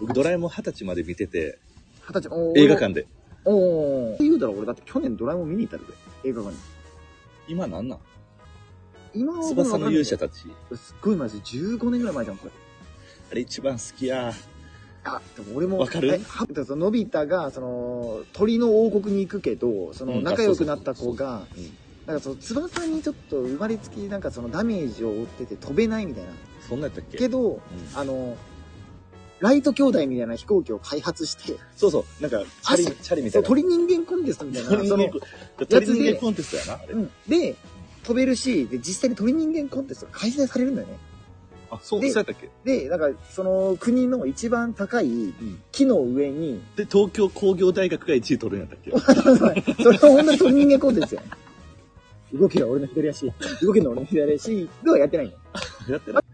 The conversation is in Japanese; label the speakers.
Speaker 1: 僕ドラえもん二十歳まで見てて、
Speaker 2: 二十歳、おー
Speaker 1: 映画。館で。
Speaker 2: おー。言うたら俺だって去年ドラえもん見に行ったで、映画館に。
Speaker 1: 今なんなん
Speaker 2: 今は僕わか
Speaker 1: 翼
Speaker 2: ん
Speaker 1: の
Speaker 2: ない
Speaker 1: 勇者たち。
Speaker 2: すっごい前です。15年ぐらい前じゃん、これ。
Speaker 1: あれ一番好きや。
Speaker 2: あ、でも俺も、
Speaker 1: わかる
Speaker 2: えはそののび太が、その、鳥の王国に行くけど、そ
Speaker 1: う
Speaker 2: の、
Speaker 1: んあ
Speaker 2: 仲良くなった子
Speaker 1: そ
Speaker 2: が
Speaker 1: うそうそううん、
Speaker 2: なんかその、翼にちょっと生まれつき、なんかその、ダメージを負ってて飛べないみたいな。
Speaker 1: そんなんやったっけ
Speaker 2: けど、
Speaker 1: うん
Speaker 2: あの、ライト兄弟みたいな飛行機を開発して、
Speaker 1: そうそう、なんか、チャリ、
Speaker 2: あそう
Speaker 1: チャリみた
Speaker 2: そ
Speaker 1: いうな。
Speaker 2: 鳥人間コンテストみたいな、
Speaker 1: 鳥
Speaker 2: そ
Speaker 1: 人
Speaker 2: の
Speaker 1: 間、コン鳥人間コンテストやな、あれ。
Speaker 2: うん、で、飛べるし、で、実際に鳥人間コンテストが開催されるんだよね。
Speaker 1: あ、そう、そう
Speaker 2: で
Speaker 1: やったっけ
Speaker 2: で、なんか、その国の一番高い
Speaker 1: うん。
Speaker 2: 木の上に、
Speaker 1: で、東京工業大学が1位取るんやったっけ
Speaker 2: それは本当に鳥人間コンテンツや。動けよ、俺の左足。動けの俺の左足。ではやってないよ。
Speaker 1: やってない。